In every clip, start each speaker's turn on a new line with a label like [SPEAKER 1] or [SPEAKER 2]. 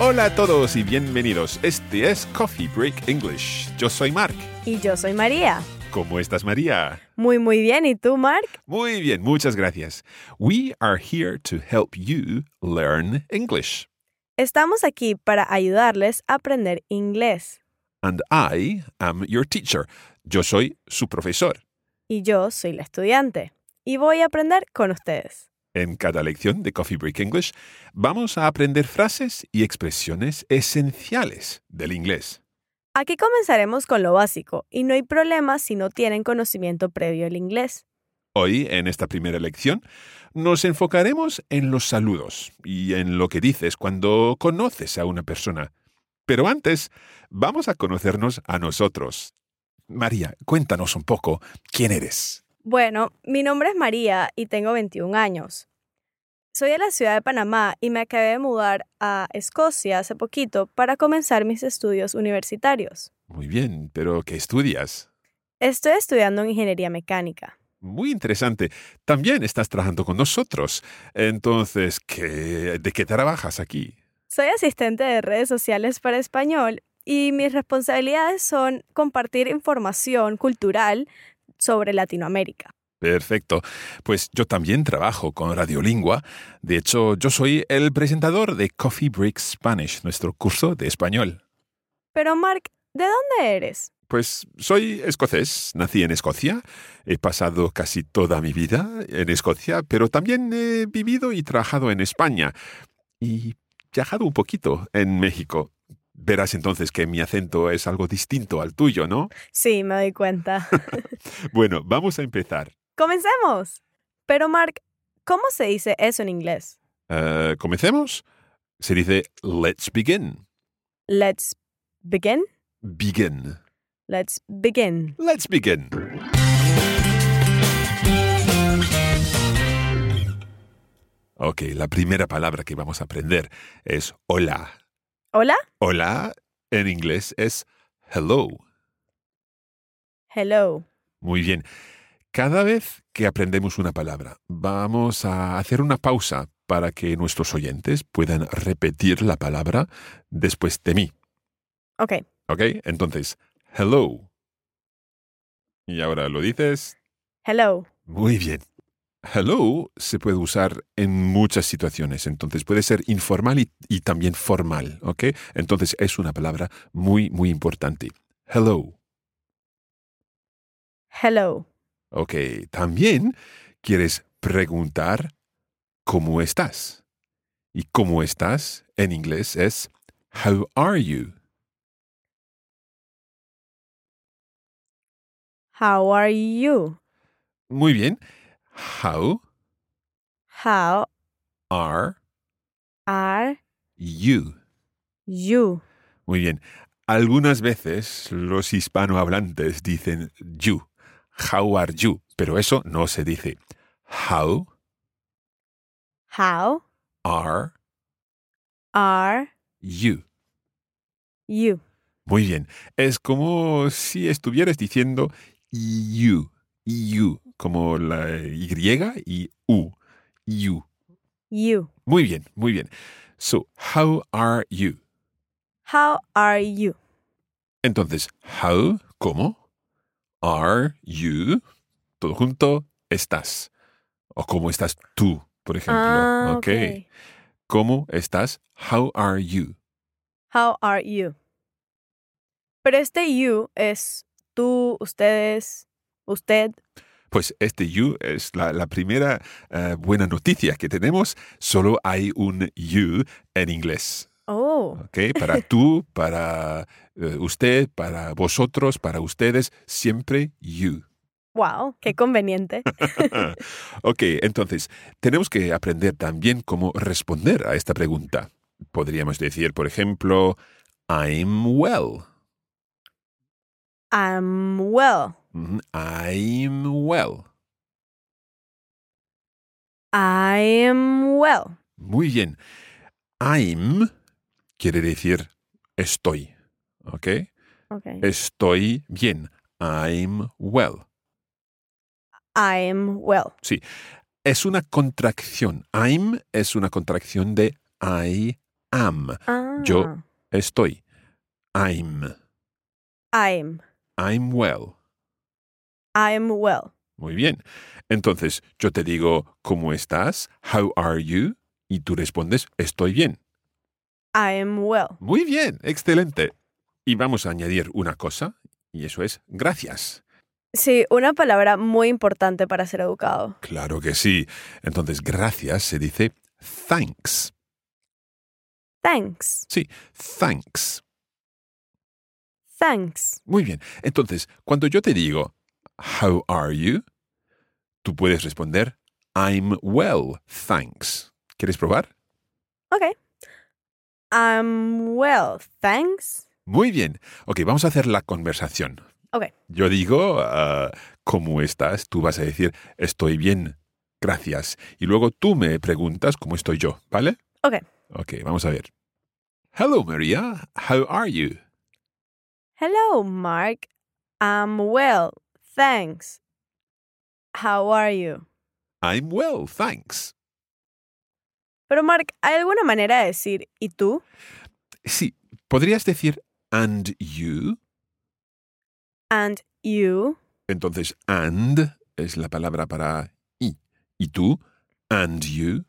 [SPEAKER 1] Hola a todos y bienvenidos. Este es Coffee Break English. Yo soy Mark.
[SPEAKER 2] Y yo soy María.
[SPEAKER 1] ¿Cómo estás, María?
[SPEAKER 2] Muy, muy bien. ¿Y tú, Mark?
[SPEAKER 1] Muy bien, muchas gracias. We are here to help you learn English.
[SPEAKER 2] Estamos aquí para ayudarles a aprender inglés.
[SPEAKER 1] And I am your teacher. Yo soy su profesor.
[SPEAKER 2] Y yo soy la estudiante. Y voy a aprender con ustedes.
[SPEAKER 1] En cada lección de Coffee Break English vamos a aprender frases y expresiones esenciales del inglés.
[SPEAKER 2] Aquí comenzaremos con lo básico, y no hay problema si no tienen conocimiento previo del inglés.
[SPEAKER 1] Hoy, en esta primera lección, nos enfocaremos en los saludos y en lo que dices cuando conoces a una persona. Pero antes, vamos a conocernos a nosotros. María, cuéntanos un poco, ¿quién eres?
[SPEAKER 2] Bueno, mi nombre es María y tengo 21 años. Soy de la ciudad de Panamá y me acabé de mudar a Escocia hace poquito para comenzar mis estudios universitarios.
[SPEAKER 1] Muy bien, pero ¿qué estudias?
[SPEAKER 2] Estoy estudiando ingeniería mecánica.
[SPEAKER 1] Muy interesante. También estás trabajando con nosotros. Entonces, ¿qué, ¿de qué trabajas aquí?
[SPEAKER 2] Soy asistente de redes sociales para español y mis responsabilidades son compartir información cultural sobre Latinoamérica.
[SPEAKER 1] Perfecto. Pues yo también trabajo con Radiolingua. De hecho, yo soy el presentador de Coffee Break Spanish, nuestro curso de español.
[SPEAKER 2] Pero Mark, ¿de dónde eres?
[SPEAKER 1] Pues soy escocés, nací en Escocia, he pasado casi toda mi vida en Escocia, pero también he vivido y trabajado en España y viajado un poquito en México. Verás entonces que mi acento es algo distinto al tuyo, ¿no?
[SPEAKER 2] Sí, me doy cuenta.
[SPEAKER 1] bueno, vamos a empezar.
[SPEAKER 2] ¡Comencemos! Pero Mark, ¿cómo se dice eso en inglés?
[SPEAKER 1] Eh, ¿Comencemos? Se dice let's begin.
[SPEAKER 2] Let's begin.
[SPEAKER 1] Begin.
[SPEAKER 2] Let's begin.
[SPEAKER 1] Let's begin. Ok, la primera palabra que vamos a aprender es hola.
[SPEAKER 2] ¿Hola?
[SPEAKER 1] Hola en inglés es hello.
[SPEAKER 2] Hello.
[SPEAKER 1] Muy bien. Cada vez que aprendemos una palabra, vamos a hacer una pausa para que nuestros oyentes puedan repetir la palabra después de mí.
[SPEAKER 2] Ok.
[SPEAKER 1] ¿Ok? Entonces, hello. Y ahora lo dices.
[SPEAKER 2] Hello.
[SPEAKER 1] Muy bien. Hello se puede usar en muchas situaciones, entonces puede ser informal y, y también formal, ¿ok? Entonces es una palabra muy, muy importante. Hello.
[SPEAKER 2] Hello.
[SPEAKER 1] Ok, también quieres preguntar cómo estás. Y cómo estás en inglés es How are you?
[SPEAKER 2] How are you?
[SPEAKER 1] Muy bien. How
[SPEAKER 2] How
[SPEAKER 1] are
[SPEAKER 2] are
[SPEAKER 1] you?
[SPEAKER 2] you?
[SPEAKER 1] Muy bien. Algunas veces los hispanohablantes dicen you, how are you, pero eso no se dice. How
[SPEAKER 2] How
[SPEAKER 1] are
[SPEAKER 2] are
[SPEAKER 1] you?
[SPEAKER 2] you?
[SPEAKER 1] Muy bien. Es como si estuvieras diciendo EU, EU, como la Y y U, EU.
[SPEAKER 2] You.
[SPEAKER 1] Muy bien, muy bien. So, how are you?
[SPEAKER 2] How are you?
[SPEAKER 1] Entonces, how, ¿cómo? Are you, todo junto, estás. O cómo estás tú, por ejemplo.
[SPEAKER 2] Ah,
[SPEAKER 1] Ok.
[SPEAKER 2] ok.
[SPEAKER 1] ¿Cómo estás? How are you?
[SPEAKER 2] How are you? Pero este you es tú, ustedes, usted.
[SPEAKER 1] Pues este you es la, la primera eh, buena noticia que tenemos. Solo hay un you en inglés.
[SPEAKER 2] Oh,
[SPEAKER 1] ¿ok? Para tú, para eh, usted, para vosotros, para ustedes, siempre you.
[SPEAKER 2] wow, qué conveniente.
[SPEAKER 1] ok, entonces, tenemos que aprender también cómo responder a esta pregunta. Podríamos decir, por ejemplo, I'm well.
[SPEAKER 2] I'm well.
[SPEAKER 1] Ujú, I'm well.
[SPEAKER 2] I'm well.
[SPEAKER 1] Muy bien. I'm quiere decir estoy. ¿Ok?
[SPEAKER 2] Okay.
[SPEAKER 1] Eh. Estoy bien. I'm well.
[SPEAKER 2] I'm well.
[SPEAKER 1] Es una contracción. I'm es una contracción de I am.
[SPEAKER 2] Ah,
[SPEAKER 1] Yo. Estoy. I'm.
[SPEAKER 2] I'm.
[SPEAKER 1] I'm well.
[SPEAKER 2] I'm well.
[SPEAKER 1] Muy bien. Entonces, yo te digo, ¿cómo estás? How are you? Y tú respondes, estoy bien.
[SPEAKER 2] I'm well.
[SPEAKER 1] Muy bien, excelente. Y vamos a añadir una cosa, y eso es gracias.
[SPEAKER 2] Sí, una palabra muy importante para ser educado.
[SPEAKER 1] Claro que sí. Entonces, gracias se dice thanks.
[SPEAKER 2] Thanks.
[SPEAKER 1] Sí, thanks.
[SPEAKER 2] Thanks.
[SPEAKER 1] Muy bien. Entonces, cuando yo te digo, How are you? Tú puedes responder, I'm well, thanks. ¿Quieres probar?
[SPEAKER 2] Ok. I'm well, thanks.
[SPEAKER 1] Muy bien. Ok, vamos a hacer la conversación.
[SPEAKER 2] Ok.
[SPEAKER 1] Yo digo, ah, ¿cómo estás? Tú vas a decir, estoy bien, gracias. Y luego tú me preguntas cómo estoy yo, ¿vale?
[SPEAKER 2] Ok.
[SPEAKER 1] Ok, vamos a ver. Hello, Maria. How are you?
[SPEAKER 2] Hello, Mark. I'm well, thanks. How are you?
[SPEAKER 1] I'm well, thanks.
[SPEAKER 2] Pero, Mark, ¿hay alguna manera de decir ¿y tú?
[SPEAKER 1] Sí, podrías decir and you.
[SPEAKER 2] And you.
[SPEAKER 1] Entonces, and es la palabra para y. Y tú, and you.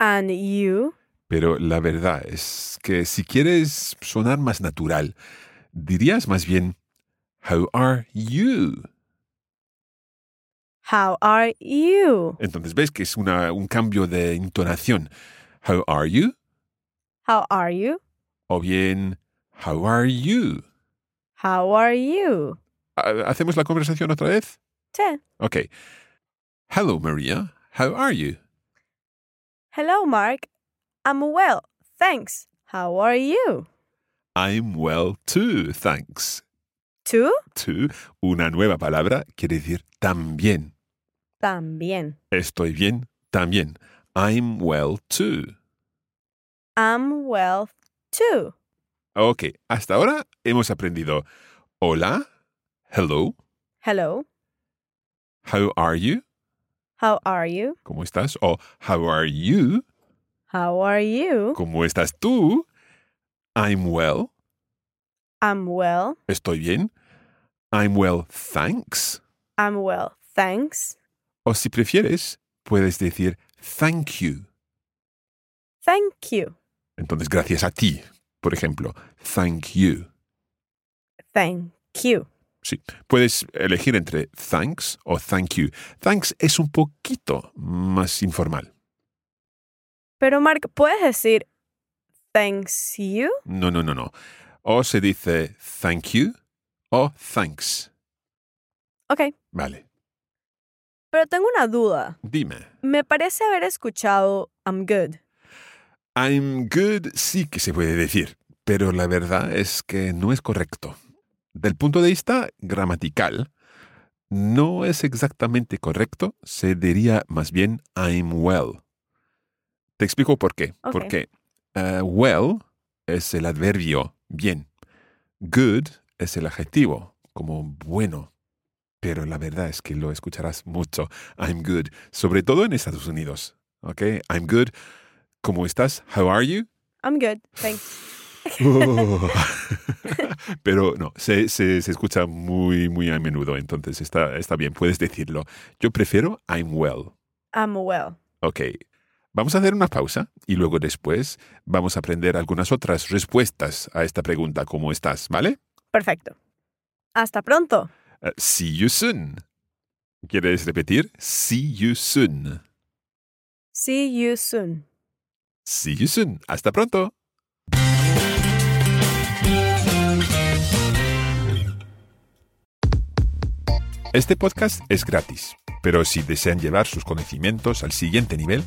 [SPEAKER 2] And you.
[SPEAKER 1] Pero la verdad es que si quieres sonar más natural, dirías más bien, How are you?
[SPEAKER 2] How are you?
[SPEAKER 1] Entonces ves que es una- un cambio de entonación. How are you?
[SPEAKER 2] How are you?
[SPEAKER 1] O bien, How are you?
[SPEAKER 2] How are you?
[SPEAKER 1] Ha- ¿Hacemos la conversación otra vez?
[SPEAKER 2] Sí.
[SPEAKER 1] Ok. Hello, Maria. How are you?
[SPEAKER 2] Hello, Mark. I'm well, thanks. How are you?
[SPEAKER 1] I'm well too, thanks.
[SPEAKER 2] ¿Tú?
[SPEAKER 1] To, una nueva palabra, quiere decir también.
[SPEAKER 2] También.
[SPEAKER 1] Estoy bien, también. I'm well too.
[SPEAKER 2] I'm well, too.
[SPEAKER 1] Ok, hasta ahora hemos aprendido hola, hello,
[SPEAKER 2] Hello.
[SPEAKER 1] how are you,
[SPEAKER 2] How are you?
[SPEAKER 1] ¿cómo estás? O how are you,
[SPEAKER 2] How are you?
[SPEAKER 1] ¿cómo estás tú? I'm well,
[SPEAKER 2] I'm well.
[SPEAKER 1] estoy bien. I'm well, thanks.
[SPEAKER 2] I'm well, thanks.
[SPEAKER 1] O si prefieres, puedes decir thank you.
[SPEAKER 2] Thank you.
[SPEAKER 1] Entonces, gracias a ti, por ejemplo, thank you.
[SPEAKER 2] Thank you.
[SPEAKER 1] Sí, puedes elegir entre thanks o thank you. Thanks es un poquito más informal.
[SPEAKER 2] Pero Mark, ¿puedes decir thanks you?
[SPEAKER 1] No, no, no, no. O se dice thank you o thanks.
[SPEAKER 2] Ok,
[SPEAKER 1] Vale,
[SPEAKER 2] pero tengo una duda.
[SPEAKER 1] dime.
[SPEAKER 2] Me parece haber escuchado I'm good.
[SPEAKER 1] I'm good sí que se puede decir, pero la verdad es que no es correcto. Del punto de vista gramatical, no es exactamente correcto, se diría más bien I'm well. Te explico por qué.
[SPEAKER 2] Ok.
[SPEAKER 1] Porque eh, well es el adverbio bien. Good es el adjetivo, como bueno. Pero la verdad es que lo escucharás mucho. I'm good, sobre todo en Estados Unidos. ¿Ok? I'm good. ¿Cómo estás? How are you?
[SPEAKER 2] I'm good, thanks.
[SPEAKER 1] Oh. Pero no, se, se- se escucha muy, muy a menudo, entonces está, está bien, puedes decirlo. Yo prefiero I'm well.
[SPEAKER 2] I'm well.
[SPEAKER 1] Ok. Vamos a hacer una pausa y luego después vamos a aprender algunas otras respuestas a esta pregunta, ¿cómo estás? ¿Vale?
[SPEAKER 2] Perfecto. Hasta pronto.
[SPEAKER 1] Eh, see you soon. ¿Quieres repetir? See you soon.
[SPEAKER 2] See you soon.
[SPEAKER 1] See you soon. Hasta pronto. Este podcast es gratis, pero si desean llevar sus conocimientos al siguiente nivel,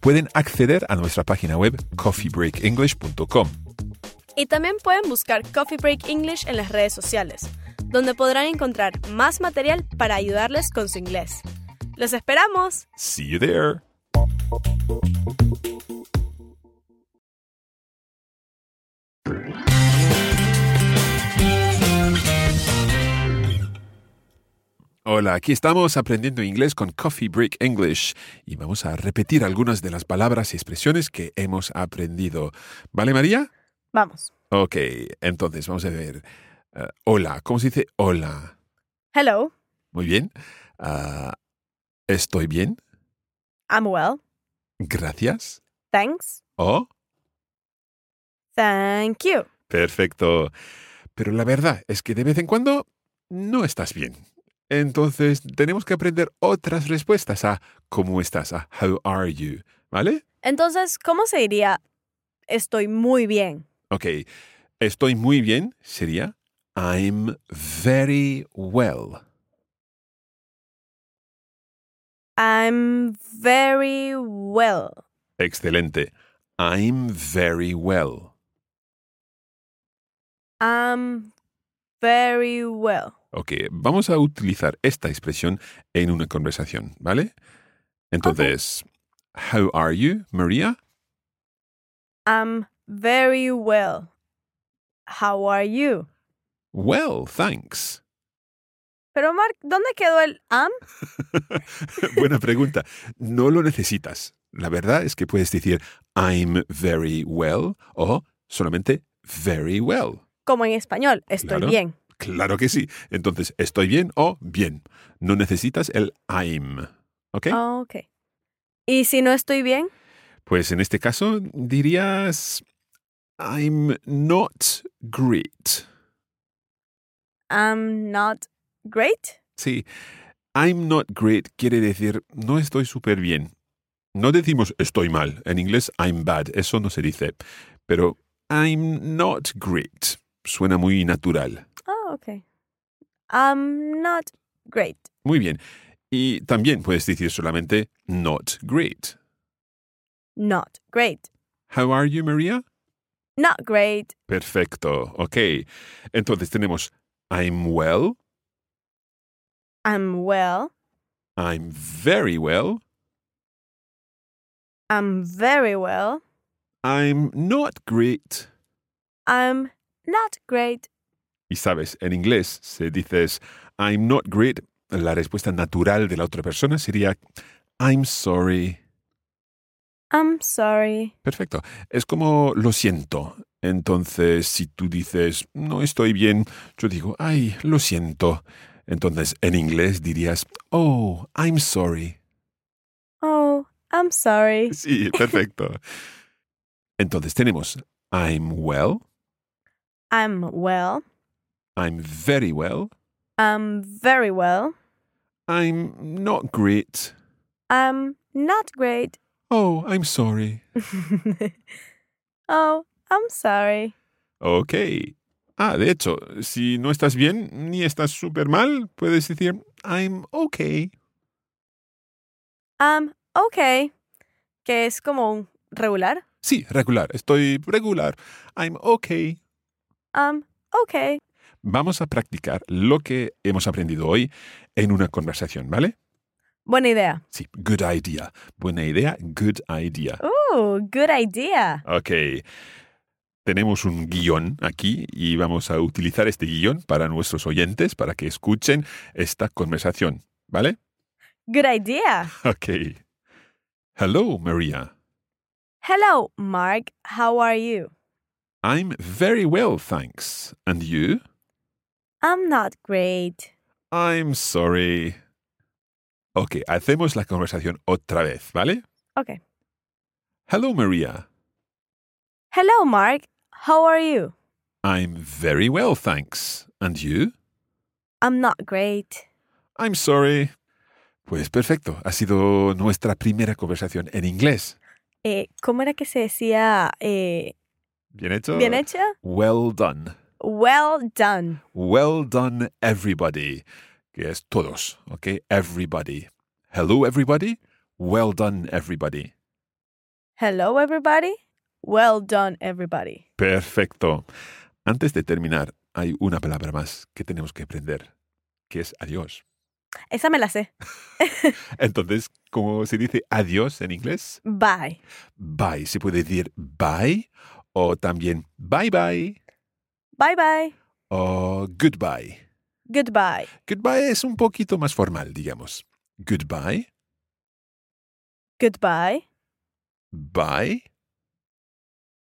[SPEAKER 1] pueden acceder a nuestra página web coffeebreakenglish.com.
[SPEAKER 2] Y también pueden buscar Coffee Break English en las redes sociales, donde podrán encontrar más material para ayudarles con su inglés. ¡Los esperamos!
[SPEAKER 1] See you there. Hola, aquí estamos aprendiendo inglés con Coffee Break English y vamos a repetir algunas de las palabras y expresiones que hemos aprendido. ¿Vale, María?
[SPEAKER 2] Vamos.
[SPEAKER 1] Ok, entonces vamos a ver. Eh, hola, ¿cómo se dice hola?
[SPEAKER 2] Hello,
[SPEAKER 1] Muy bien. Ah, Estoy bien,
[SPEAKER 2] I'm well.
[SPEAKER 1] gracias.
[SPEAKER 2] Thanks.
[SPEAKER 1] O
[SPEAKER 2] Thank you.
[SPEAKER 1] Perfecto. Pero la verdad es que de vez en cuando no estás bien. Entonces tenemos que aprender otras respuestas a cómo estás, a how are you, ¿vale?
[SPEAKER 2] Entonces, ¿cómo se diría estoy muy bien?
[SPEAKER 1] Ok, estoy muy bien sería I'm very well.
[SPEAKER 2] I'm very well.
[SPEAKER 1] Excelente. I'm very well.
[SPEAKER 2] I'm very well.
[SPEAKER 1] Ok, vamos a utilizar esta expresión en una conversación, ¿vale? Entonces, how are you, María?
[SPEAKER 2] I'm very well. How are you?
[SPEAKER 1] Well, thanks.
[SPEAKER 2] Pero Mark, ¿dónde quedó el am?
[SPEAKER 1] Buena pregunta. No lo necesitas. La verdad es que puedes decir I'm very well o solamente very well.
[SPEAKER 2] Como en español, estoy
[SPEAKER 1] Claro.
[SPEAKER 2] bien.
[SPEAKER 1] Claro que sí. Entonces, estoy bien o bien. No necesitas el I'm. ¿Ok?
[SPEAKER 2] Ah, ok. ¿Y si no estoy bien?
[SPEAKER 1] Pues en este caso dirías I'm not great.
[SPEAKER 2] I'm not great.
[SPEAKER 1] Sí. I'm not great quiere decir no estoy súper bien. No decimos estoy mal. En inglés, I'm bad. Eso no se dice. Pero I'm not great. Suena muy natural.
[SPEAKER 2] Ah, ok. I'm not great.
[SPEAKER 1] Muy bien. Y también puedes decir solamente not great.
[SPEAKER 2] Not great.
[SPEAKER 1] How are you, Maria?
[SPEAKER 2] Not great.
[SPEAKER 1] Perfecto. Ok. Entonces tenemos I'm well,
[SPEAKER 2] I'm well.
[SPEAKER 1] I'm very well,
[SPEAKER 2] I'm Um, very well.
[SPEAKER 1] I'm not great.
[SPEAKER 2] I'm not great.
[SPEAKER 1] Y sabes, en inglés se dices I'm not great, la respuesta natural de la otra persona sería I'm sorry.
[SPEAKER 2] I'm sorry.
[SPEAKER 1] Perfecto. Es como lo siento. Entonces, si tú dices no estoy bien, yo digo ay, lo siento. Entonces, en inglés dirías oh, I'm sorry.
[SPEAKER 2] Oh, I'm sorry.
[SPEAKER 1] Sí, perfecto. Entonces tenemos I'm well,
[SPEAKER 2] I'm well.
[SPEAKER 1] I'm very well,
[SPEAKER 2] I'm very well.
[SPEAKER 1] I'm not great.
[SPEAKER 2] I'm not great.
[SPEAKER 1] Oh, I'm sorry.
[SPEAKER 2] oh, I'm sorry.
[SPEAKER 1] Ok. Ah, de hecho, si no estás bien ni estás súper mal, puedes decir I'm okay.
[SPEAKER 2] I'm Um, okay. Que es como un regular.
[SPEAKER 1] Sí, regular. Estoy regular. I'm okay.
[SPEAKER 2] I'm Um, okay.
[SPEAKER 1] Vamos a practicar lo que hemos aprendido hoy en una conversación, ¿vale?
[SPEAKER 2] Buena idea.
[SPEAKER 1] Sí, good idea. Buena idea, good idea.
[SPEAKER 2] Ooh, good idea.
[SPEAKER 1] Ok. tenemos un guión aquí y vamos a utilizar este guión para nuestros oyentes, para que escuchen esta conversación, ¿vale?
[SPEAKER 2] Good idea.
[SPEAKER 1] Ok. Hello, Maria.
[SPEAKER 2] Hello, Mark. How are you?
[SPEAKER 1] I'm very well, thanks. And you?
[SPEAKER 2] I'm not great.
[SPEAKER 1] I'm sorry. Ok, hacemos la conversación otra vez, ¿vale?
[SPEAKER 2] Okay.
[SPEAKER 1] Hello, Maria.
[SPEAKER 2] Hello, Mark. How are you?
[SPEAKER 1] I'm very well, thanks. And you?
[SPEAKER 2] I'm not great.
[SPEAKER 1] I'm sorry. Pues perfecto, ha sido nuestra primera conversación en inglés.
[SPEAKER 2] Eh, ¿Cómo era que se decía? eh,
[SPEAKER 1] ¿Bien hecho?
[SPEAKER 2] ¿Bien hecha?
[SPEAKER 1] Well done.
[SPEAKER 2] Well done.
[SPEAKER 1] Well done, everybody. Que es todos, ¿ok? Everybody. Hello, everybody. Well done, everybody.
[SPEAKER 2] Hello, everybody. Well done, everybody.
[SPEAKER 1] Perfecto. Antes de terminar, hay una palabra más que tenemos que aprender, que es adiós.
[SPEAKER 2] Esa me la sé.
[SPEAKER 1] Entonces, ¿cómo se dice adiós en inglés?
[SPEAKER 2] Bye.
[SPEAKER 1] Bye. Se puede decir bye o también bye bye
[SPEAKER 2] Bye bye.
[SPEAKER 1] o goodbye.
[SPEAKER 2] Goodbye.
[SPEAKER 1] Goodbye es un poquito más formal, digamos. Goodbye,
[SPEAKER 2] Goodbye.
[SPEAKER 1] bye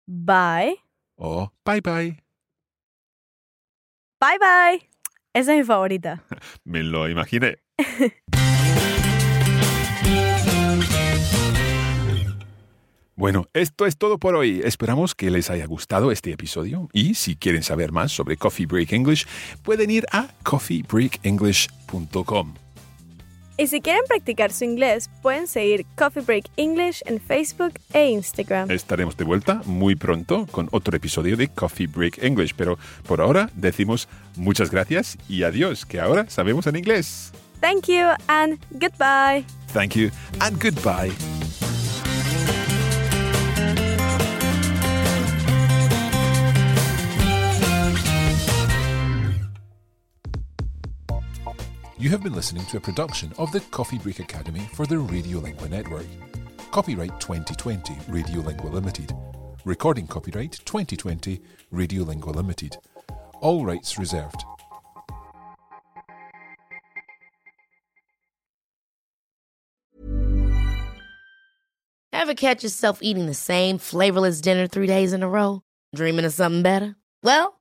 [SPEAKER 2] Bye.
[SPEAKER 1] o bye bye.
[SPEAKER 2] Bye bye. Esa es mi favorita.
[SPEAKER 1] Me lo imaginé. Bueno, esto es todo por hoy. Esperamos que les haya gustado este episodio y si quieren saber más sobre Coffee Break English, pueden ir a coffeebreakenglish.com.
[SPEAKER 2] Y si quieren practicar su inglés, pueden seguir Coffee Break English en Facebook e Instagram.
[SPEAKER 1] Estaremos de vuelta muy pronto con otro episodio de Coffee Break English, pero por ahora decimos muchas gracias y adiós, que ahora sabemos en inglés.
[SPEAKER 2] Thank you and goodbye.
[SPEAKER 1] Thank you and goodbye.
[SPEAKER 3] You have been listening to a production of the Coffee Break Academy for the Radiolingua Network. Copyright 2020 Radiolingua Limited. Recording copyright 2020 Radiolingua Limited. All rights reserved.
[SPEAKER 4] Ever catch yourself eating the same flavorless dinner three days in a row? Dreaming of something better? Well,